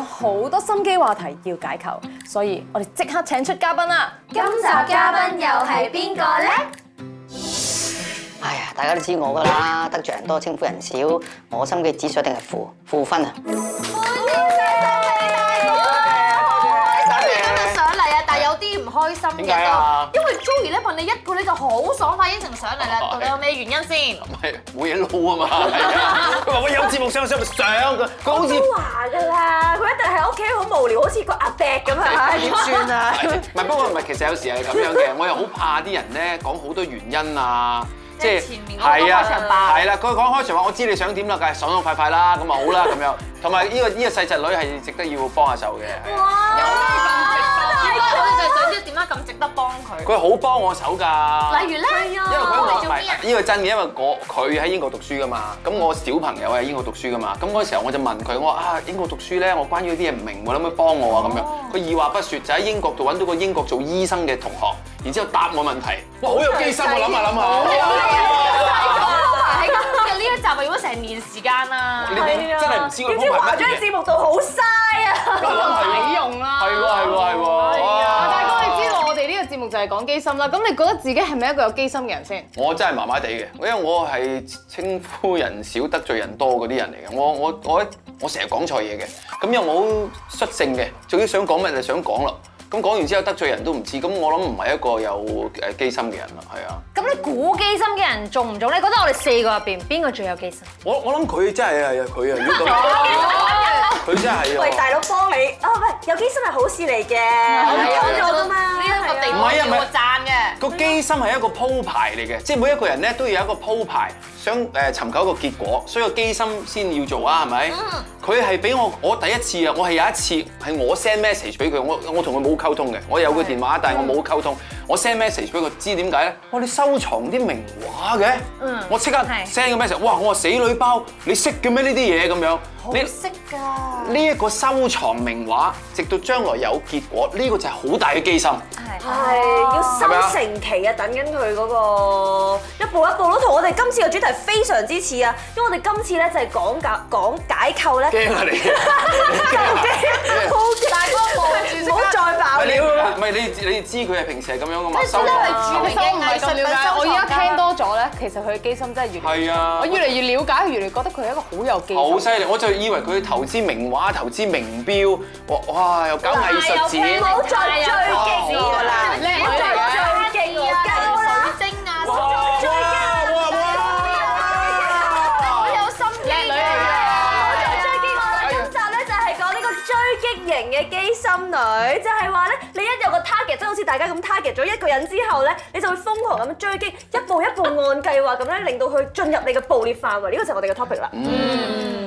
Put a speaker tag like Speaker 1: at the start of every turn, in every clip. Speaker 1: 好多心機話題要解構，所以我哋即刻請出嘉賓啦！
Speaker 2: 今集嘉賓又係邊個呢？
Speaker 3: 哎呀，大家都知我噶啦，得罪人多，稱呼人少，我心嘅指數一定係負負分啊！
Speaker 2: 今日上嚟啊，但係有啲唔開心嘅
Speaker 4: 點解啊
Speaker 2: 都，因為 Joey 咧問你一個你就好爽快應承上嚟啦，
Speaker 4: 哦
Speaker 2: 到底有咩原因先？
Speaker 4: 係冇嘢撈啊嘛，係啊佢話 喂有節目上上咪上，佢佢好似
Speaker 5: 都話㗎啦，佢一定喺屋企好無聊，好似個阿伯咁啊，點算啊？
Speaker 4: 唔係不過唔係，其實有時係咁樣嘅，我又好怕啲人咧講好多原因啊。
Speaker 2: 即係前面嗰個開場白
Speaker 4: 係啦，佢講開場話，我知你想點啦，梗係爽爽快快啦，咁啊好啦咁樣，同埋呢個呢個細侄女係值得要幫下手嘅，係啊
Speaker 2: 我哋就想知點解咁值得幫佢。
Speaker 4: 佢好幫我手㗎。
Speaker 2: 例如咧，
Speaker 4: 因為佢喺我
Speaker 2: 你
Speaker 4: 唔
Speaker 2: 做咩啊
Speaker 4: 係呢個真嘅，因為我佢喺英國讀書噶嘛，咁我小朋友喺英國讀書噶嘛，咁嗰時候我就問佢，我話啊英國讀書咧，我關於啲嘢唔明喎，你可唔可以幫我啊咁樣？佢二話不説就喺英國度揾到個英國做醫生嘅同學，然之後答我問題，哇好有機心啊！諗下諗啊下，
Speaker 2: 喺今日呢一集咪用咗成年時間啦。
Speaker 4: 你哋真係唔知個
Speaker 5: 點知
Speaker 4: program
Speaker 5: 話
Speaker 4: 係
Speaker 5: 咗
Speaker 4: 乜
Speaker 5: 喺
Speaker 4: 嘢？
Speaker 5: 節目度好嘥啊！
Speaker 4: 我諗係喎
Speaker 6: 用啦
Speaker 4: 係喎係啊喎係啊喎哇
Speaker 6: 大哥，你知道我哋呢個節目就係講機心啦，咁你覺得自己係咪一個有機心嘅人先？
Speaker 4: 我真係麻麻地嘅，因為我係稱呼人少得罪人多嗰啲人嚟嘅。我我我我成日講錯嘢嘅，咁又冇率性嘅，總之想講乜就想講啦。咁講完之後得罪人都唔知，咁我諗唔係一個有誒機心嘅人啦，係啊。
Speaker 1: 咁你估機心嘅人中唔中咧？覺得我哋四個入邊邊個最有機心？
Speaker 4: 我我諗佢真係係佢啊，如果咁，佢真係
Speaker 5: 喂，大
Speaker 4: 啊。
Speaker 5: 佬幫你啊！喂，有機心係好事嚟嘅，講
Speaker 7: 啊
Speaker 5: 咗㗎嘛。
Speaker 2: 呢一個地
Speaker 4: 唔係啊
Speaker 2: 方
Speaker 4: 唔
Speaker 2: 要
Speaker 4: 係
Speaker 2: 我讚嘅。
Speaker 4: 個機心係一個鋪排嚟嘅，即係每一個人咧都要有一個鋪排，想誒尋求一個結果，所以個機心先要做啊，係咪？佢係俾我，我第一次啊，我係有一次係我 send message 俾佢，我我同佢冇溝通嘅，我有佢電話，但係我冇溝通，我 send message 俾佢，知點解咧？我你收藏啲名畫嘅，我即刻 send 個 message，哇！我話死女包，你識嘅咩呢啲嘢咁樣？你
Speaker 2: 識㗎。
Speaker 4: 呢一個收藏名畫，直到將來有結果，呢個就係好大嘅機心。
Speaker 5: 係要收成期啊！等緊佢嗰個一步一步咯，同我哋今次嘅主題非常之似啊！因為我哋今次咧就係講解講解構咧，
Speaker 4: 驚啊你！驚啊！
Speaker 5: 好嘅，大哥望住，唔好再
Speaker 4: 唔
Speaker 6: 啊
Speaker 5: 爆
Speaker 4: 係你啊
Speaker 5: 料啦！
Speaker 4: 唔係你你知佢係平時係咁樣噶嘛？收
Speaker 2: 都係
Speaker 4: 啊
Speaker 2: 著名嘅藝術品收
Speaker 6: 我而家聽
Speaker 2: 藏家。
Speaker 6: 多咗咧，其實佢嘅機心真係越嚟越
Speaker 4: 係啊
Speaker 6: 我越嚟越了解，越嚟覺得佢係一個好有機
Speaker 4: 好
Speaker 6: 心。
Speaker 4: 犀利！我就以為佢投資名畫、投資名錶，哇哇又搞藝術
Speaker 5: 唔
Speaker 4: 展，
Speaker 5: 好再追擊我啦！
Speaker 6: 叻女嚟
Speaker 7: à?
Speaker 6: 㗎
Speaker 5: 追擊我夠啦！
Speaker 2: 水晶啊，
Speaker 4: 哇哇哇
Speaker 6: 啊
Speaker 2: 我
Speaker 4: 哇！
Speaker 2: 有心機
Speaker 7: à?
Speaker 5: 再
Speaker 2: 嘅。
Speaker 5: 追擊我啦！今集咧就係講呢個追擊型嘅機心女，就係話咧，你一有個 target，即係好似大家咁 target 咗一個人之後咧，你就會瘋狂咁追擊，一步一步按計劃咁咧，令到佢進入你嘅暴烈範圍。呢個就係我哋嘅 topic 啦。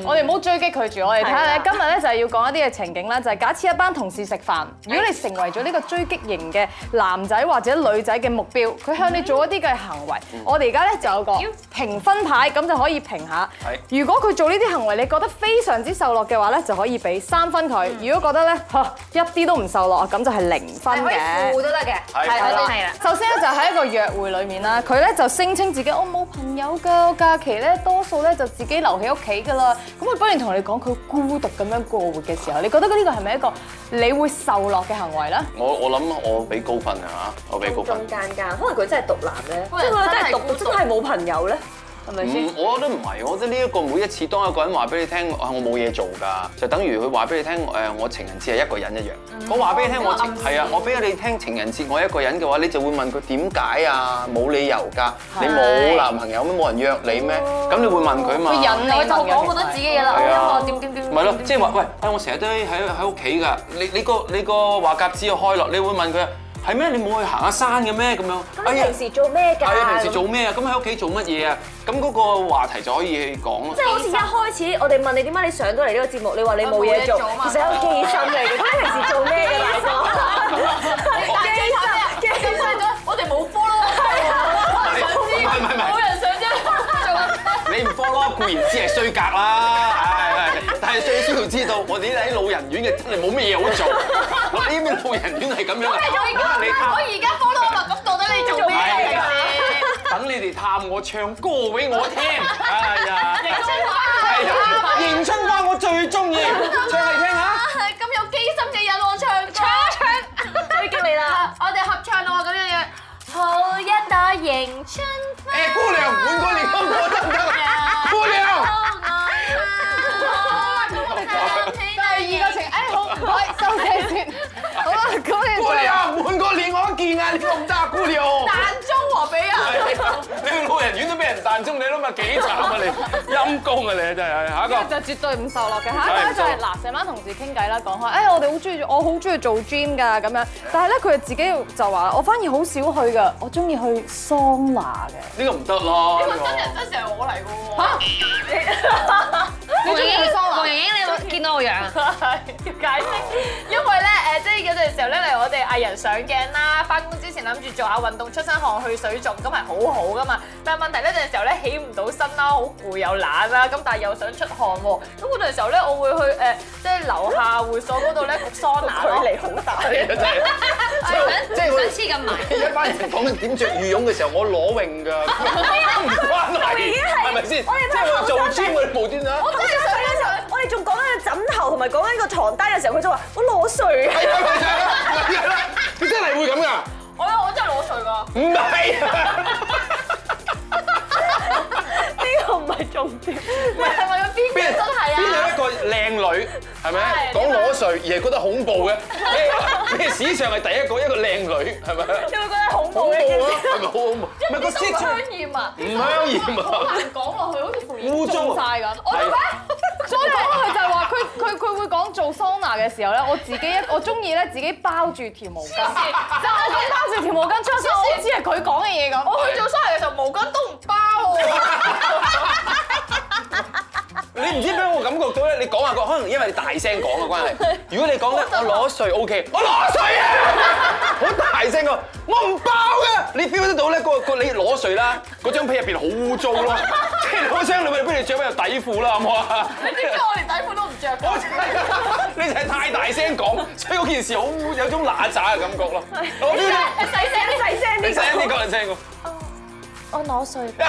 Speaker 6: 我哋唔好追擊佢住，我哋睇下
Speaker 5: 係
Speaker 6: 咧
Speaker 5: 啊，
Speaker 6: 今日咧就係要講一啲嘅情景啦，就係假設一班同事食飯，如果你成為咗呢個追擊型嘅男仔或者女仔嘅目標，佢向你做一啲嘅行為，我哋而家咧就有個評分牌，咁就可以評下。
Speaker 4: 係
Speaker 6: 如果佢做呢啲行為，你覺得非常之受落嘅話咧，就可以俾三分佢；如果覺得咧，呵一啲都唔受落，咁就係零分嘅。
Speaker 1: 都得嘅，
Speaker 4: 係
Speaker 7: à?
Speaker 4: 係啦
Speaker 1: 啦。
Speaker 6: 首先咧就喺一個約會裏面啦，佢咧就聲稱自己我冇朋友㗎，我假期咧多數咧就自己留喺屋企㗎啦。咁佢不斷同你講佢孤獨咁樣過活嘅時候，你覺得呢個係咪一個你會受落嘅行為 咧？
Speaker 4: 我我諗我俾高分啊嚇，我俾高分
Speaker 5: 中。間間，可能佢真係獨男咧，即
Speaker 2: 能
Speaker 5: 係佢真
Speaker 2: 真係
Speaker 5: 係獨，
Speaker 2: 孤獨
Speaker 5: 真係冇朋友咧，係咪先？
Speaker 4: 唔，嗯我覺得唔係，我覺得呢一個每一次當一個人話俾你聽，啊我冇嘢做㗎，就等於佢話俾你聽，誒我情人節係一個人一樣。
Speaker 5: 嗯
Speaker 4: 我話俾你聽，我情係啊，我俾你聽情人節我一個人嘅話，你就會問佢點解啊？冇理由㗎，你冇男朋友咩？冇人約你咩？
Speaker 5: 哦
Speaker 4: 咁你會問佢嘛？
Speaker 6: 佢引
Speaker 2: 我
Speaker 6: 你
Speaker 2: 就講好多自己嘢啦，我
Speaker 4: 係啊
Speaker 2: 音樂點點點。
Speaker 4: 咪咯，即係話喂，哎我成日都喺喺屋企㗎，你你個你個話匣子要開落，你會問佢啊係咩？你冇去行下山嘅咩？咁樣，
Speaker 5: 咁你平
Speaker 4: dạ.
Speaker 5: 時做咩㗎？
Speaker 4: 係啊，平時做咩啊？咁喺屋企做乜嘢啊？咁嗰個話題就可以講咯
Speaker 5: 即。係好似一開始我哋問你點解你上到嚟呢個節目，你話你冇
Speaker 2: 我冇嘢
Speaker 5: 嘢做
Speaker 2: 做啊，嘛
Speaker 5: 其實有機心嚟嘅。咁你平時做咩嘅大
Speaker 2: 但係最慘咩啊
Speaker 5: 哥？？
Speaker 2: 我就上咗，我哋冇 follow，冇
Speaker 4: 唔係唔係唔係，
Speaker 2: 人上啫，做乜
Speaker 4: 你唔 follow 固然之係衰格啦，係係。但係最需要知道，我哋喺老人院嘅真係冇乜嘢好做。我呢邊老人院係咁樣
Speaker 2: 我而家
Speaker 4: 啊，你
Speaker 2: 我
Speaker 4: 探
Speaker 2: 而家 follow 啦，咁到底你做咩嚟
Speaker 4: 係
Speaker 2: 先
Speaker 4: 啊？等你哋探我唱歌俾我聽，哎呀！哎
Speaker 2: 你出嚟玩
Speaker 4: 啊迎春花我最中意，唱嚟聽下。
Speaker 2: 啊！今日
Speaker 7: Ờ,
Speaker 6: 啊
Speaker 4: 啊
Speaker 8: 間中你諗下幾慘啊你，陰公啊你真係下一個
Speaker 6: 呢。個就絕對唔受落嘅。下一個咧就係嗱，成班同事傾偈啦，講開，誒我哋好中意，我好中意做 gym 㗎咁樣，但係咧佢自己就話，我反而好少去㗎，我中意去桑拿嘅。
Speaker 4: 呢個唔得咯，呢個
Speaker 6: 你中意去桑拿？
Speaker 2: 盈盈，你有冇見到我樣啊？
Speaker 9: 要解釋，因為咧誒，即係有陣時候咧，例如我哋藝人上鏡啦，翻工之前諗住做下運動，出身汗去水腫，咁係好好噶嘛。但係問題咧，有陣時候咧起唔到身啦，好攰又懶啦，咁但係又想出汗喎。咁嗰陣時候咧，我會去誒，即係樓下會所嗰度咧焗桑拿咯。
Speaker 3: 離好大。
Speaker 4: 真係
Speaker 2: 想想黐咁埋，
Speaker 4: 一班人講緊點着羽絨嘅時候，我裸泳 㗎，唔啊關係，係咪先？即
Speaker 5: 我哋
Speaker 4: 係我做 gym 我哋無端端。
Speaker 5: 我真係上嘅時候，我哋仲講緊個枕頭同埋講緊個床單嘅時候，佢就話我裸睡啊！
Speaker 4: 係啊，咪就係啦，係啦， 佢真係會咁㗎，
Speaker 9: 我我真係裸睡㗎。
Speaker 4: 唔係啊。
Speaker 5: 呢個唔係重點，
Speaker 9: 你係咪有邊個
Speaker 4: 邊
Speaker 9: 真係
Speaker 4: 邊有
Speaker 9: 啊？
Speaker 4: 一個靚女係咪
Speaker 9: 係
Speaker 4: 講裸睡而係覺得恐怖嘅？你你史上係第一個一個靚女係咪？
Speaker 9: 你會覺得恐怖
Speaker 4: 恐怖
Speaker 9: 嘅？
Speaker 4: 啊！係咪好 恐怖？唔係個
Speaker 9: 都
Speaker 4: 先
Speaker 9: 香豔啊！
Speaker 4: 唔香豔啊！
Speaker 9: 講落去好似
Speaker 4: 污糟啊！
Speaker 6: 晒咁。
Speaker 4: 係
Speaker 6: 再講佢就係話，佢佢佢會講做桑拿嘅時候咧，我自己一我中意咧自己包住條毛巾，就我咁包住條毛巾出身，好似係佢講嘅嘢咁。
Speaker 9: 我去做生日嘅時候毛巾都唔包喎。
Speaker 4: 你唔知俾我感覺到咧，你講下個可能因為你大聲講嘅關係。如果你講咧我裸睡 OK，我裸睡啊！好大聲啊！我唔包嘅，你 feel 得到咧個個你裸睡啦，嗰張被入邊好污糟 咯，即係嗰張你咪不如着翻條底褲啦，好唔好啊？
Speaker 9: 你知唔知我連底褲都唔 着㗎？
Speaker 4: 你就係太大聲 講，所以嗰件事好污有種乸渣嘅感覺咯。我 feel 到
Speaker 9: 細聲啲，細聲
Speaker 4: 你細啲講，你細個。
Speaker 1: 我攞水。
Speaker 4: 乾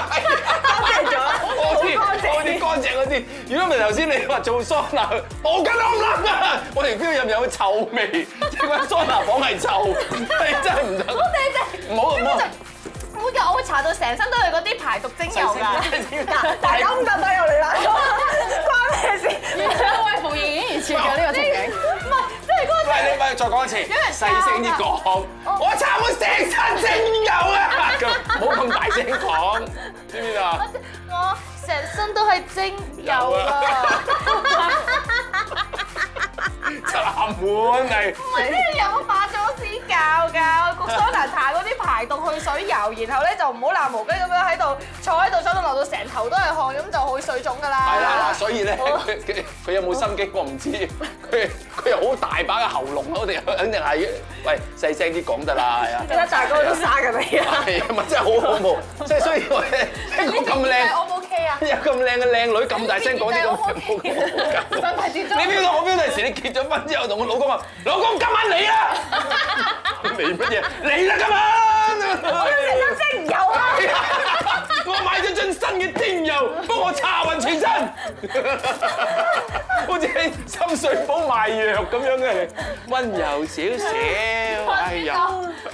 Speaker 4: 淨咗， 我啲我啲乾淨嗰啲。如果唔係頭先你話做桑拿，我梗都唔得啊！我哋 feel 入面有臭味， 即係間桑拿房係臭， 係真係唔得。
Speaker 9: 我哋就
Speaker 4: 唔好唔好，
Speaker 9: 會㗎，我會搽到成身都係嗰啲排毒精油㗎。
Speaker 5: 大家唔得得又嚟啦，關咩事？
Speaker 6: 為馮盈盈而設嘅呢個情景。
Speaker 9: 唔係，即係嗰個
Speaker 4: 喂你咪再講一次，細聲啲講。我搽滿成身精油啊！咁唔好咁大聲講，知唔知啊？
Speaker 9: 我成身都係精 油啊！
Speaker 4: 茶碗係。
Speaker 9: 唔係，你有冇化妝師教㗎？焗桑拿搽嗰啲排毒去水油，然後咧就唔好攬毛巾咁樣喺度坐喺度，坐到流到成頭都係汗，咁就會水腫㗎啦。
Speaker 4: 係啦，所以咧，佢佢佢有冇心機我唔知，佢佢又好大把嘅喉嚨，我哋肯定係喂細聲啲講得啦，係啊，
Speaker 5: 而家大哥都沙㗎你啊！
Speaker 4: 係啊，咪真係好恐怖，即係所以我咧一個咁
Speaker 9: 但係
Speaker 4: 靚。
Speaker 9: 我冇 K 啊！
Speaker 4: 有咁靚嘅靚女咁大聲講啲咁冇搞，你 feel 到我 feel 到有時你結咗婚之後同我老公話：老公今晚你啦，你乜嘢？你啦今晚，
Speaker 5: 真精油啊！
Speaker 4: 我買咗樽新嘅精油，幫我搽勻全身，好似喺深水埗賣藥咁樣嘅，温柔少少，哎呀，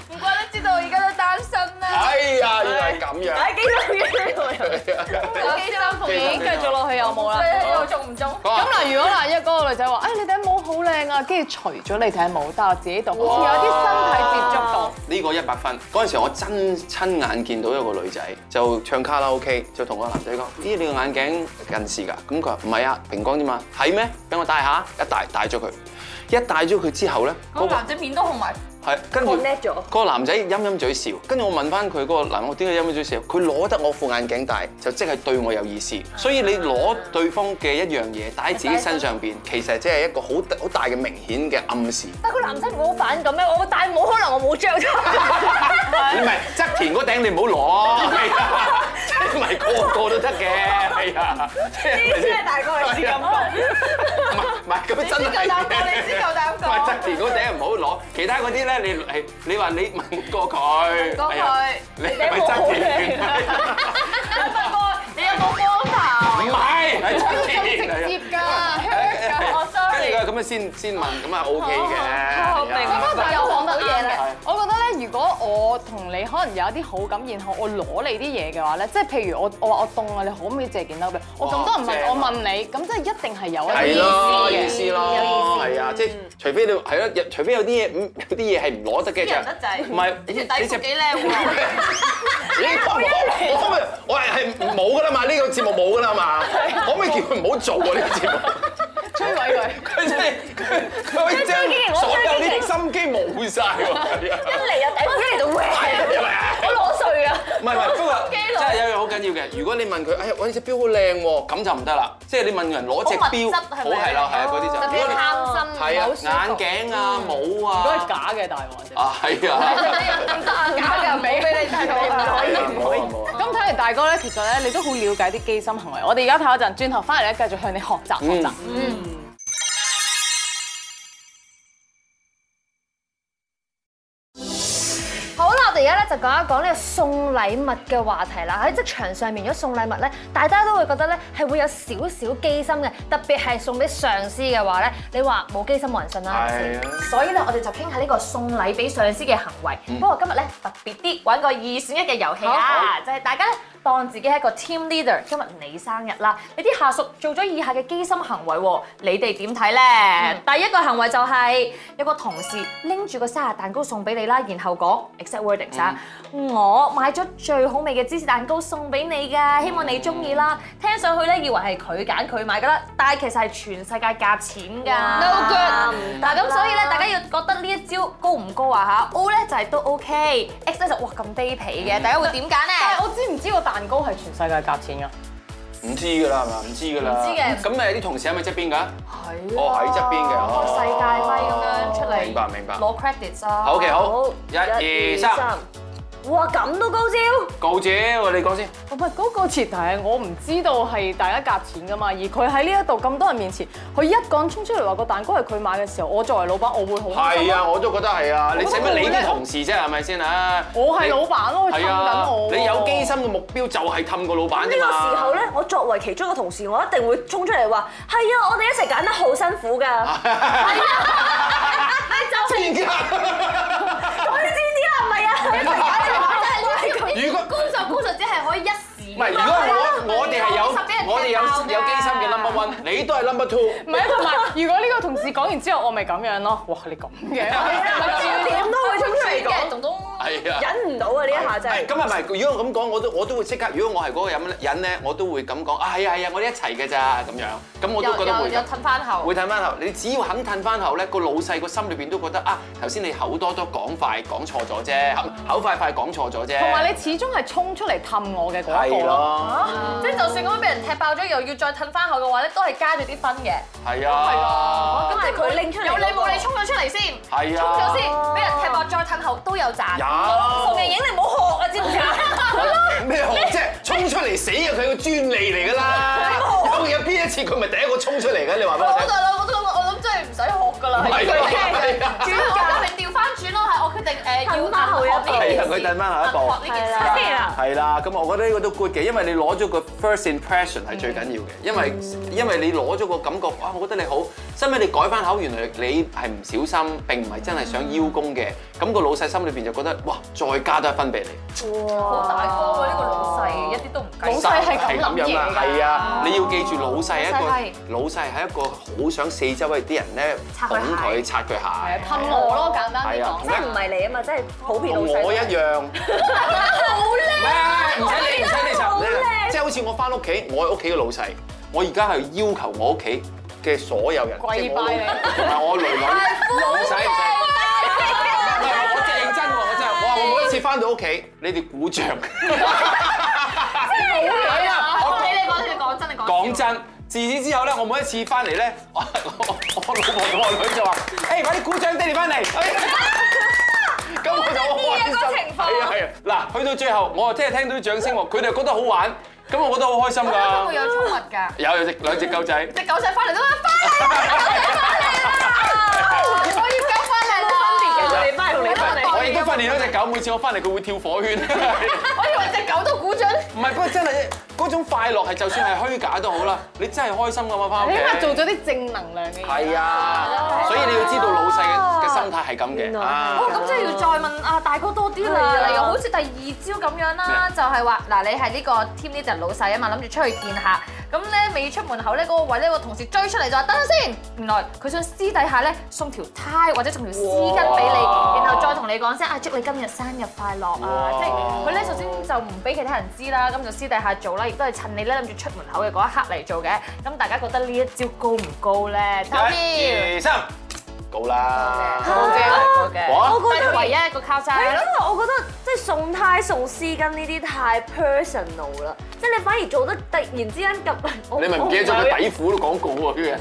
Speaker 9: 唔怪得知道我而家都單身啦。
Speaker 4: 哎呀，原來係咁樣。
Speaker 5: 係幾多嘢？
Speaker 9: 有幾辛苦
Speaker 4: 繼
Speaker 6: 已經繼續落去又冇啦。
Speaker 9: 你又中唔中？
Speaker 6: 咁嗱，如果嗱一嗰個女仔話，誒哎你頂帽好靚啊，跟住除咗你頂帽，但我自己度好似有啲身體接觸到。
Speaker 4: 呢個一百分。嗰陣時我真親眼見到一個女仔就唱卡拉 OK，就同個男仔講：咦，你個眼鏡近視㗎？咁佢話唔係啊，平光啫嘛。係咩？俾我戴下，一戴戴咗佢。一戴咗佢之後咧，嗰、
Speaker 9: 個
Speaker 4: 個
Speaker 9: 男仔面都紅埋，
Speaker 4: 係跟住
Speaker 5: connect 咗
Speaker 4: 嗰個男仔陰陰嘴笑，跟住我問翻佢嗰個男，我點解陰陰嘴笑？佢攞得我副眼鏡戴，就即係對我有意思。
Speaker 5: 啊
Speaker 4: 所以你攞對方嘅一樣嘢戴喺自己身上邊，其實即係一個好好大嘅明顯嘅暗示。
Speaker 5: 但個男仔唔會好反感咩？我戴帽可能我冇着哎
Speaker 4: 你唔係側田嗰頂你唔好攞，係啊，即係唔係個個都得嘅，係啊，即係
Speaker 5: 真係大哥嚟先咁
Speaker 4: 唔係唔係咁真係
Speaker 9: 你知夠
Speaker 4: 嘅
Speaker 9: 膽講你知夠膽講
Speaker 4: 唔係側田嗰頂唔好攞，其他嗰啲咧你係你話你問過佢，
Speaker 9: 過佢
Speaker 4: 係啊你係咪側田？
Speaker 9: 不過你有冇光頭？
Speaker 4: 唔係，係側田
Speaker 6: 直接
Speaker 4: 係
Speaker 6: 㗎，
Speaker 9: 我
Speaker 4: 啊。
Speaker 9: sorry
Speaker 4: 跟住佢咁樣先先問，咁啊 OK 嘅。
Speaker 9: 我明
Speaker 4: 係啊
Speaker 6: 嗰個朋友講得啱嘅
Speaker 4: 係。
Speaker 6: 我覺得咧，如果我同你可能有一啲好感，然後我攞你啲嘢嘅話咧，即係譬如我我話我凍啊，你可唔可以借件褸俾我？我咁多人問，
Speaker 4: 哇正啊
Speaker 6: 我問你，咁即係一定係有一
Speaker 4: 係
Speaker 6: 啲
Speaker 4: 咯，
Speaker 6: 意
Speaker 4: 意
Speaker 6: 思嘅。
Speaker 4: 思咯，係啊，即係除非你係咯，有除非有啲嘢唔有啲嘢係唔攞得嘅就
Speaker 9: 人得滯
Speaker 4: 唔係
Speaker 9: 呢
Speaker 4: 你
Speaker 9: 條底褲幾靚喎
Speaker 4: 你幫我，我可唔可以？我係係冇噶啦嘛，呢個節目冇噶啦嘛，可唔可以叫佢唔好做啊？呢個節目摧毀佢，佢真係佢佢可以將所有呢啲心機冇晒喎，係啊係啊。唔係唔係，不過真係有樣好緊要嘅。如果你問佢，哎呀，我呢只錶好靚喎，咁就唔得啦。即係你問人攞隻錶，
Speaker 9: 好物質係
Speaker 4: 好
Speaker 9: 咪
Speaker 4: 係啦，係啊，嗰啲就。
Speaker 9: 特別貪心，
Speaker 4: 係啊，
Speaker 9: 好舒服
Speaker 4: 眼鏡啊，帽啊，
Speaker 6: 都係假嘅大鑊啫。
Speaker 4: 啊，係啊，
Speaker 9: 唔得啊，假㗎，俾俾你睇到啊！
Speaker 4: 唔好啊，唔好啊。
Speaker 6: 咁睇嚟大哥咧，其實咧你都好了解啲機心行為。我哋而家睇一陣，轉頭翻嚟咧繼續向你學習學習。
Speaker 4: 嗯
Speaker 7: 好啦，我哋而家咧就講一講呢個送禮物嘅話題啦。喺職場上面，如果送禮物咧，大家都會覺得咧係會有少少機心嘅，特別係送俾上司嘅話咧，你話冇機心冇人信啦。係咪
Speaker 4: 係啊
Speaker 7: 先所以咧，我哋就傾下呢個送禮俾上司嘅行為。
Speaker 9: 嗯
Speaker 7: 不過今日咧特別啲，玩個二選一嘅遊戲啊，就係大家咧當自己係一個 team leader。今日你生日啦，你啲下屬做咗以下嘅機心行為喎，你哋點睇咧？
Speaker 9: 嗯
Speaker 7: 第一個行為就係、有個同事拎住個生日蛋糕送俾你啦，然後講 exact wording 啊，
Speaker 9: 嗯
Speaker 7: 我買咗最好味嘅芝士蛋糕送俾你㗎，希望你中意啦。
Speaker 9: 嗯
Speaker 7: 聽上去咧以為係佢揀佢買㗎啦，但係其實係全世界夾錢㗎。
Speaker 9: No good
Speaker 7: 嗱咁所以咧，大家要覺得呢一招高唔高啊吓 O 咧就係都 OK，X 咧就哇咁卑鄙嘅，大家會點揀
Speaker 6: 但係
Speaker 7: 咧？
Speaker 6: 我知唔知個蛋糕係全世界夾錢㗎？
Speaker 4: 唔知㗎啦，係嘛？唔知㗎啦。
Speaker 7: 唔知嘅
Speaker 4: 咁誒，啲同事喺咪側邊㗎？
Speaker 7: 係
Speaker 4: 哦，喺側邊嘅。
Speaker 7: 開
Speaker 4: 哦
Speaker 7: 世界咪咁樣出嚟，
Speaker 4: 明白明白。
Speaker 7: 攞 credits 啊！
Speaker 4: 好嘅，好。一二三，
Speaker 5: 哇咁都高招，
Speaker 4: 告姐，你講先。
Speaker 6: 唔係嗰個前提係我唔知道係大家夾錢噶嘛，而佢喺呢一度咁多人面前，佢一個人衝出嚟話個蛋糕係佢買嘅時候，我作為老闆，我會好開心
Speaker 4: 係
Speaker 6: 咯
Speaker 4: 啊，我都覺得係啊。你使乜理
Speaker 6: 我覺得
Speaker 4: 啲
Speaker 6: 佢
Speaker 4: 同事啫？係咪先啊？
Speaker 6: 我係老闆咯，佢氹
Speaker 4: 係啊
Speaker 6: 緊我，喎。
Speaker 4: 你有機心嘅目標就係氹個老闆
Speaker 5: 呢
Speaker 4: 啫
Speaker 5: 個
Speaker 4: 嘛。
Speaker 5: 時候咧，我作為其中一個同事，我一定會衝出嚟話：係啊，我哋一齊揀得好辛苦㗎。我哋知
Speaker 4: 你就
Speaker 5: 唔知啊？唔係啊，一齊揀就係揀得好辛苦
Speaker 4: 如果
Speaker 9: 高手高手只係可以一時
Speaker 4: 唔係，如果我我哋係有
Speaker 9: 十幾人
Speaker 4: 我哋有
Speaker 9: 踢爆㗎
Speaker 4: 有機心嘅 number one，你都係 number two。
Speaker 6: 唔係啊，同埋如果呢個同事講完之後，我咪咁樣咯。哇，你咁嘅，
Speaker 5: 點都會衝出嚟
Speaker 9: 嘅
Speaker 5: 講，
Speaker 9: 東東。
Speaker 4: 係啊。
Speaker 5: 忍唔到啊！呢一下真
Speaker 4: 係
Speaker 5: 係。
Speaker 4: 咁係咪？如果咁講，我都我都會即刻。如果我係嗰個人人咧，我都會咁講。啊係啊係啊，我哋一齊嘅咋咁樣。咁我都覺得會
Speaker 9: 又
Speaker 4: 㗎。
Speaker 9: 褪翻後，
Speaker 4: 會褪翻後，你只要肯褪翻後咧，個老細個心裏邊都覺得啊，頭先你口多多講快講錯咗啫，口口快快講錯咗啫。
Speaker 6: 同埋你始終係衝出嚟氹我嘅嗰一
Speaker 4: 係
Speaker 6: 個咯。
Speaker 4: 咯，
Speaker 9: 即係就算咁樣俾人踢爆咗，又要再褪翻後嘅話咧，都係加咗啲分嘅。
Speaker 4: 係啊，
Speaker 5: 哦咁係佢拎出嚟嗰
Speaker 9: 有
Speaker 5: 個。
Speaker 9: 你冇你衝咗出嚟先，
Speaker 4: 係
Speaker 9: 衝咗
Speaker 4: 啊，
Speaker 9: 先，俾人踢爆再褪後都有賺。
Speaker 4: 有
Speaker 5: 影你唔好學啊，知唔知啊？
Speaker 4: 咩學啫？衝出嚟死啊！佢個專利嚟 㗎啦，
Speaker 5: 啊
Speaker 4: 有有邊一次佢咪第一個衝出嚟嘅？你話俾我
Speaker 9: 我
Speaker 4: 聽
Speaker 9: 就。我都我諗真係唔使學㗎啦，係佢嘅。
Speaker 4: 係啊，
Speaker 9: 所以我決定調翻轉咯，係我決定誒要
Speaker 5: 褪返後一步
Speaker 4: 係啊，佢褪翻下一步。
Speaker 9: 學呢件事。
Speaker 5: 啊
Speaker 4: 係啦，咁我覺得呢個都 good 嘅，因為你攞咗個 first impression 係最緊要嘅，因為因為你攞咗個感覺，哇！我覺得你好，收尾你改翻口，原來你係唔小心，並唔係真係想邀功嘅，咁個老細心裏邊就覺得，哇！再加多一分俾你，
Speaker 9: 好大哥喎，呢個老細一啲都唔計。
Speaker 6: 老細係咁諗嘢㗎
Speaker 4: 係啊！你要記住，老細係
Speaker 9: 老
Speaker 4: 一個老
Speaker 9: 細係
Speaker 4: 細係一個好想四周圍啲人咧捧佢、擦佢
Speaker 6: 係啊
Speaker 4: 鞋，
Speaker 6: 氹我咯，簡單
Speaker 4: 係
Speaker 6: 啲
Speaker 4: 啊
Speaker 6: 講，
Speaker 5: 即。係唔係你啊嘛，即係普遍老
Speaker 4: 同
Speaker 5: 細。
Speaker 4: 我一樣，好叻，唔啊使理，唔使理就唔使理，即係好似我翻屋企，我係屋企嘅老細，我而家係要求我屋企嘅所有人，即係
Speaker 6: 跪
Speaker 4: 我老
Speaker 6: 拜你
Speaker 4: 同埋我女女，唔使唔使。唔係我真係認真喎，我真係，哇！我每一次翻到屋企，你哋鼓掌。係啊，我
Speaker 9: 你你講你講真你講。
Speaker 4: 講真，自此之後咧，我每一次翻嚟咧， 我我我老婆同我女就話：，誒，快啲鼓掌爹哋翻嚟！ 咁我就好開心。情況係啊係啊，嗱，去到最後，我又聽聽到啲掌聲喎，佢哋又覺得好玩，咁我覺得好開心
Speaker 9: 都
Speaker 4: 㗎
Speaker 9: 會。有寵物㗎，
Speaker 4: 有有隻兩隻狗仔，
Speaker 9: 只狗仔翻嚟都話翻嚟啦，我要救翻嚟啦。
Speaker 5: 啊你翻同你翻嚟。
Speaker 4: 我亦都訓練咗隻狗，每次我翻嚟佢會跳火 圈。
Speaker 9: 我以為只狗都鼓掌，
Speaker 4: 唔係，不過真係嗰種快樂係就算係虛假都好啦，你真係開心㗎嘛翻屋
Speaker 6: 你
Speaker 4: 企
Speaker 6: 起。碼做咗啲正能量嘅嘢。
Speaker 4: 係啊，所以你要知道老細嘅嘅心心態係咁嘅。啊
Speaker 7: 哦，咁即係要再問啊大哥多啲啦。例如好似第二招咁樣啦，就係話嗱，你係呢個 team leader 老細啊嘛，諗住出去見客，咁咧未出門口咧，嗰個位咧個同事追出嚟就話等陣先，原來佢想私底下咧送條 tie 或者送條絲巾俾你，然後再同你講聲啊，祝你今日生日快樂啊！即係佢咧首先就唔俾其他人知啦，咁就私底下做啦，亦都係趁你咧諗住出門口嘅嗰一刻嚟做嘅。咁大家覺得呢一招高唔高咧？
Speaker 4: 一、二、三，高啦！
Speaker 7: 高嘅，高嘅。
Speaker 4: 哇
Speaker 5: 我覺得
Speaker 7: 但係唯一一個交叉
Speaker 5: 係因為我覺得即係送呔送絲巾呢啲太 personal 啦，即係你反而做得突然之間咁， 我
Speaker 4: 你咪唔記得咗佢底褲都廣告喎，呢個人。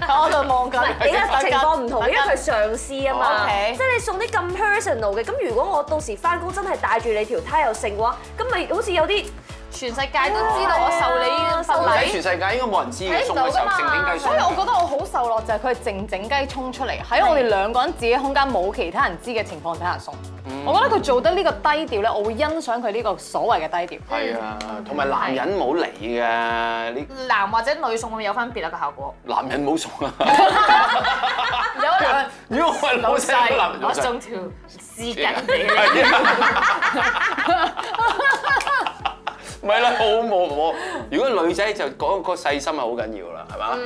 Speaker 9: 我喺度望緊，
Speaker 5: 而家情況唔同，因為佢上司啊嘛，
Speaker 9: OK
Speaker 5: 即係你送啲咁 personal 嘅，咁如果我到時翻工真係帶住你條呔又剩嘅話，咁咪好似有啲
Speaker 9: 全世界都知道我受你呢份
Speaker 4: 喺全
Speaker 9: 禮。
Speaker 4: 世界應該冇人知嘅，
Speaker 9: 睇
Speaker 4: 送
Speaker 9: 唔
Speaker 4: 嘅
Speaker 9: 到
Speaker 4: 時
Speaker 9: 㗎
Speaker 4: 候
Speaker 9: 嘛
Speaker 4: 靜靜雞送
Speaker 6: 所以。我覺得我好受落就係佢係靜靜雞衝出嚟，喺我哋兩個人自己空間冇其他人知嘅情況底下送。我覺得佢做得呢個低調咧，我會欣賞佢呢個所謂嘅低調。
Speaker 4: 係啊，同埋男人冇嚟嘅，呢
Speaker 7: 男或者女送會唔會有分別啊個效果？
Speaker 4: 男人冇送啊！
Speaker 7: 有兩
Speaker 4: 如果我係老細，男人
Speaker 7: 我
Speaker 4: 冇送
Speaker 7: 送條絲巾俾你。
Speaker 4: 係啊 唔係啦，冇冇冇。如果女仔就嗰個細心係好緊要啦，係嘛？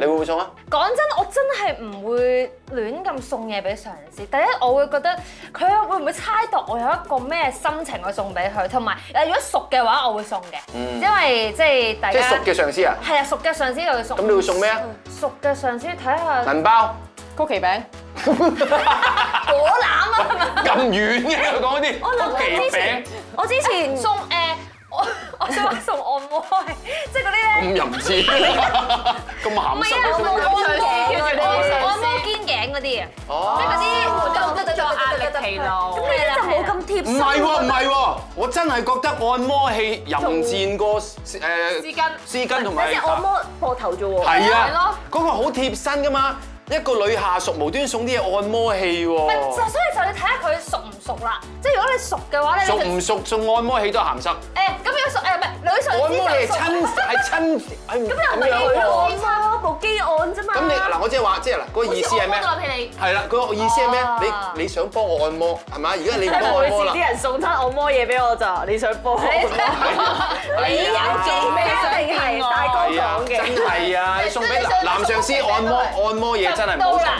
Speaker 4: 你會唔會送啊？
Speaker 7: 講真，我真係唔會亂咁送嘢俾上司。第一，我會覺得佢會唔會猜度我有一個咩心情去送俾佢，同埋誒如果熟嘅話，我會送嘅，
Speaker 4: 嗯
Speaker 7: 因為即係大
Speaker 4: 即係熟
Speaker 7: 家
Speaker 4: 嘅上司啊？
Speaker 7: 係啊，熟嘅上司就會送。
Speaker 4: 咁你會送咩啊？
Speaker 7: 熟嘅上司睇下
Speaker 4: 銀包
Speaker 6: 曲奇餅。
Speaker 7: 果籃啊，
Speaker 4: 咁遠嘅佢講嗰啲曲奇餅，
Speaker 5: 我之前
Speaker 7: 送誒我我想話送按摩器，即係嗰啲咧。
Speaker 4: 咁又唔似，咁
Speaker 7: 唔係啊，我冇我冇
Speaker 4: 鹹濕。
Speaker 7: 我冇肩頸嗰啲啊，即係
Speaker 4: 哦
Speaker 7: 嗰啲夠得咗壓力疲勞。
Speaker 5: 咁呢啲就冇咁貼
Speaker 4: 唔
Speaker 5: 心。
Speaker 4: 係喎，唔係喎，我真係覺得按摩器淫戰過誒絲
Speaker 9: 巾
Speaker 4: 絲巾同埋
Speaker 5: 即係按摩膊頭啫喎。
Speaker 4: 係
Speaker 9: 係
Speaker 4: 啊
Speaker 9: 咯，
Speaker 4: 嗰個好貼身噶嘛，一個女下屬無端送啲嘢按摩器
Speaker 7: 就
Speaker 4: 喎，
Speaker 7: 所以就你睇下佢熟唔熟啦，即係如果你熟嘅話咧，你
Speaker 4: 熟
Speaker 7: 就誒
Speaker 4: 唔熟送按摩器都鹹濕，
Speaker 7: 咁如果熟誒唔係女
Speaker 4: 按
Speaker 7: 上
Speaker 4: 摩
Speaker 7: 司
Speaker 4: 器係
Speaker 7: 就熟，
Speaker 4: 親係親係唔
Speaker 5: 咪
Speaker 4: 咁樣喎。
Speaker 5: 佢按嘛，部機按啫嘛。
Speaker 4: 咁你嗱，我即係話，即係嗱，嗰個意思係
Speaker 7: 好似按
Speaker 4: 咩
Speaker 7: 摩到落屁？
Speaker 4: 係啦，嗰個意思係咩？
Speaker 7: 啊
Speaker 4: 你你想幫我按摩係咪？而家你唔幫我
Speaker 5: 每次
Speaker 4: 按摩啦
Speaker 5: 啲，人送餐按摩嘢俾我咋， 你想幫我？你有幾咩定
Speaker 4: 哎
Speaker 5: 係大哥
Speaker 4: 係啊，
Speaker 5: 講嘅？
Speaker 4: 真係啊，你送俾
Speaker 7: 你想
Speaker 4: 男男上司按摩按摩嘢真係唔
Speaker 7: 到
Speaker 4: 好送。
Speaker 7: 啦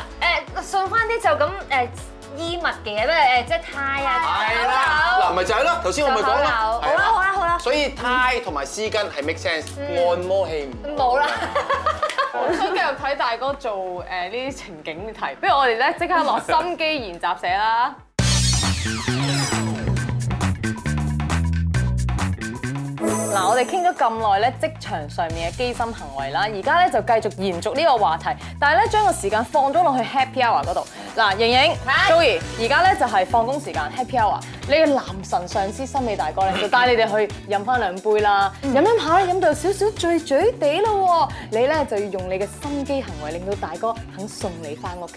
Speaker 7: 誒送翻啲就咁誒衣物嘅嘢，咩誒即係呔啊，
Speaker 4: 係啦，嗱咪就係咯，頭先我咪講啦，
Speaker 5: 好啦好啦好啊啦，
Speaker 4: 所以 tie 同埋絲巾係 make sense，按摩器唔好
Speaker 7: 冇啦。
Speaker 6: 我想繼續睇大哥做誒呢啲情景題，不如我哋咧即刻落心機研習社啦。嗱，我哋傾咗咁耐咧，職場上面嘅機心行為啦，而家咧就繼續延續呢個話題，但係咧將個時間放咗落去 Happy Hour 嗰度。嗱，盈盈、Joey，而家咧就係放工時間 Happy Hour，你嘅男神上司森美大哥咧就帶你哋去飲翻兩杯啦，
Speaker 7: 嗯
Speaker 6: 飲飲下咧飲到有少少醉醉地咯喎，你咧就要用你嘅心機行為令到大哥肯送你翻屋企。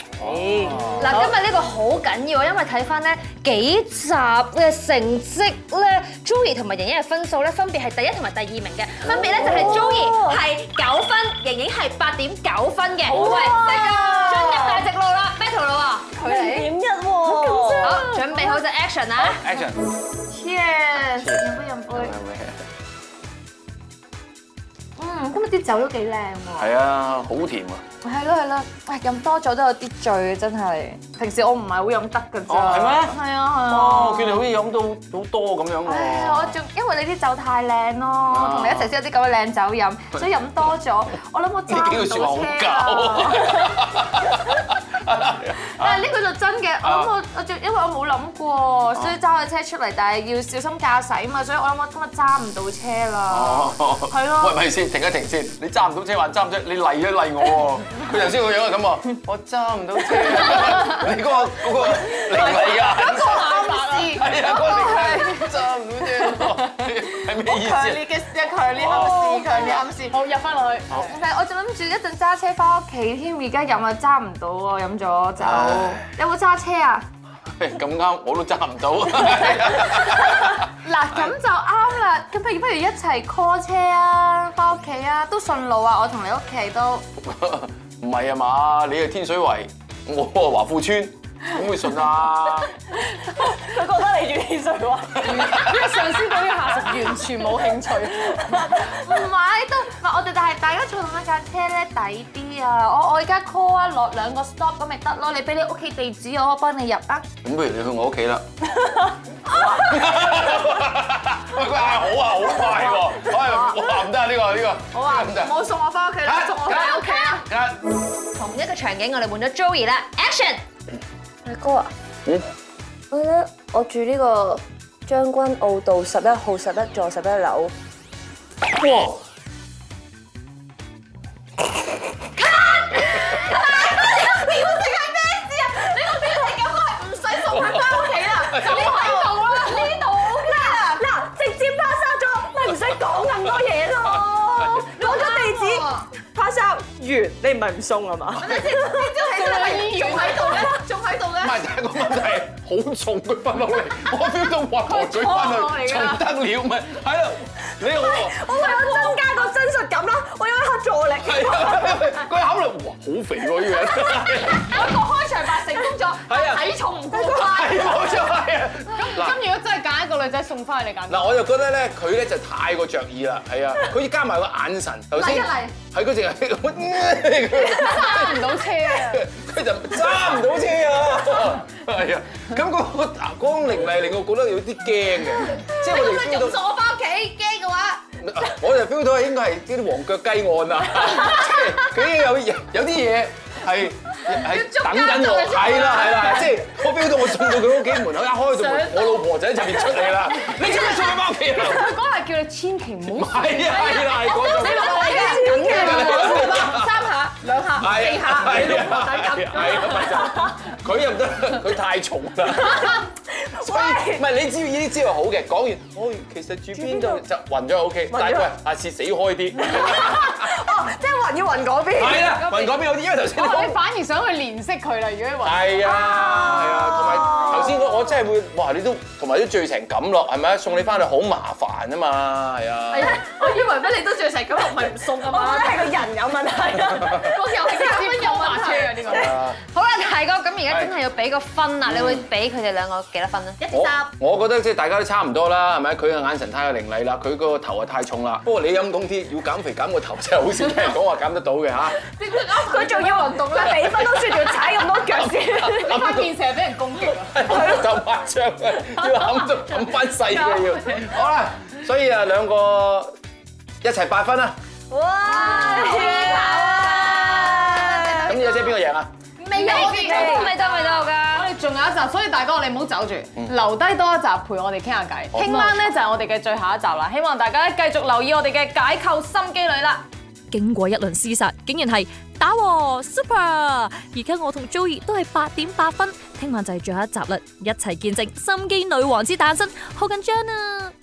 Speaker 7: 嗱，今日呢個好緊要啊，因為睇翻咧幾集嘅成績咧，Joey 同埋瑩瑩嘅分數咧分別係第一同埋第二名嘅，分別咧就係 Joey 係九分，瑩瑩係八點九分嘅。喂，即刻進入大直路啦，battle 啦
Speaker 5: 佢點一喎，好緊
Speaker 7: 喎！
Speaker 5: 張
Speaker 7: 好，啊準備好就 action 啊啦！
Speaker 4: action。
Speaker 7: Cheers！飲杯飲杯。嗯，今日啲酒都幾靚喎。
Speaker 4: 係啊，好甜啊！
Speaker 7: 係咯係咯，唉，飲多咗都有啲醉，真係。平時我唔係好飲得㗎咋。
Speaker 4: 哦係咩
Speaker 7: 係啊係
Speaker 6: Ờ.
Speaker 7: 啊。
Speaker 4: 哦，我見你好似飲到好多咁樣
Speaker 7: 唉，我
Speaker 4: 喎。
Speaker 7: 仲因為你啲酒太靚咯，我同你一齊先有啲咁嘅靚酒飲，所以飲多咗，我諗我揸
Speaker 4: 呢幾
Speaker 7: 唔
Speaker 4: 句説話好
Speaker 7: 到車啊！
Speaker 4: 假喎。
Speaker 7: 但係呢句就真嘅，我諗我我仲因為我冇諗過，所以揸咗車出嚟，但係要小心駕駛嘛，所以我諗我今日揸唔到車啦。
Speaker 4: 哦
Speaker 7: 係咯
Speaker 4: 喂，咪先，停一停先。你揸唔到車還揸唔到，你嚟咗嚟 我喎。佢頭先個樣係咁喎，我揸唔到車。 你嗰個嗰個你嚟㗎？嗰個暗示。係啊，嗰個揸唔到車喎，係咩意思哦啊？
Speaker 9: 嘅強烈 暗示，強烈暗示。
Speaker 6: 好，入翻落去。
Speaker 7: 但係我就諗住一陣揸車翻屋企添，而家飲啊揸唔到喎，飲咗酒
Speaker 4: 唉。
Speaker 7: 有冇揸車啊？
Speaker 4: 咁啱，我都揸唔到。
Speaker 7: 嗱，咁就啱啦。咁不如不如一齊 call 車啊，翻屋企啊，都順路啊，我同你屋企都。
Speaker 4: 唔係啊嘛，你係天水圍，我係華富村，點會信啊？
Speaker 1: 佢覺得你語氣上話，
Speaker 6: 呢個上司對呢個下屬完全冇興趣。
Speaker 7: 唔係都唔係我哋，但係大家坐同一架車咧抵啲啊！我我而家 call 啊落兩個 stop 咁咪得咯，你俾你屋企地址我，我幫你入啊！
Speaker 4: 咁不如你去我屋企啦。喂，佢嗌好啊，好快喎！哎哇，唔得啊，呢個呢個，好啊，唔得。
Speaker 9: 冇送我翻屋企啦，送我翻屋企啦。
Speaker 4: 啊！
Speaker 7: 同一個場景，我哋換咗 Joey 啦，Action！
Speaker 5: 大哥啊，我覺得我住呢個將軍澳道十一號十一座十一樓，嗱直接 pass out 咗，咪唔使講咁多嘢咯，講咗地址 pass out 完，你唔係唔送啊嘛？
Speaker 4: 唔係，但係個問題係好重，佢翻落嚟，我 feel 到哇，佢翻去重得了，咪係啦，你我
Speaker 5: 我為咗增加個真實感啦，我有一刻助力。
Speaker 4: 係啊，佢考慮哇，好肥喎呢個人，係啊，係冇錯係啊，
Speaker 6: 咁如果真係揀一個女仔送翻去，你揀邊個
Speaker 4: 嗱，我就覺得咧，佢咧就太過着意啦，係啊，佢要加埋個眼神，頭先係佢淨係
Speaker 6: 揸唔到車啊！
Speaker 4: 佢就揸唔到車啊，係啊，咁嗰個光凌厲令我覺得有啲驚嘅，即係我哋 feel 到，啊我就 feel 到應該係啲黃腳雞案啊，即係佢已經有有啲嘢係係等緊我，係啦係啦，即係我 feel 到我送到佢屋企門口一開到門，我老婆就喺入面出嚟啦，你做咩送佢翻屋企啊？
Speaker 6: 佢嗰下叫你千祈唔好。
Speaker 4: 係啊係啦係嗰種，係啊係啊係啊，咪就係佢又唔得，佢太重啦。所以唔係你只要呢啲招係好嘅，講完我其實住邊度就暈咗 OK，但係喂下次死開啲，
Speaker 5: 哦，即係雲要雲嗰邊。
Speaker 4: 係啦，暈嗰邊好啲，因為頭先你
Speaker 6: 哦，
Speaker 4: 講
Speaker 6: 你反而想去憐惜佢啦，如 果你話。
Speaker 4: 係啊，係啊，同埋頭先我我真係會，哇！你都同埋都醉成咁咯，係咪啊？送你翻去好麻煩啊嘛，係啊。
Speaker 5: 我覺得係個人有問題啊！
Speaker 4: 啊
Speaker 7: 好啦，大哥，咁而家真係要俾個分啦，你會俾佢哋兩個幾多分咧？
Speaker 4: 我我覺得即係大家都差唔多啦，係咪？佢嘅眼神太過凌厲啦，佢個頭啊太重啦。不過你陰公啲，要減肥減個頭真係好少聽人講話減得到嘅嚇。
Speaker 5: 哦佢仲要運動咧，比分都算仲要踩咁多腳 先。
Speaker 6: 你塊面成日俾人攻擊啊！
Speaker 4: 就拍張啊，要冚到冚翻細嘅要。好啦，所以啊兩個一齊八分啦。
Speaker 5: 哇！
Speaker 7: 啊
Speaker 4: 咁你姐邊個贏啊？
Speaker 7: 未到，未到，未到㗎。
Speaker 6: 我哋仲有一集，所以大哥你唔好走住，留低多一集陪我哋傾下偈。聽晚咧就係我哋嘅最後一集啦，希望大家咧繼續留意我哋嘅解構心機女啦。
Speaker 10: 經過一輪廝殺，竟然係打和 super。而家我同 Joey 都係八點八分，聽晚就係最後一集啦，一齊見證心機女王之誕生，好緊張啊！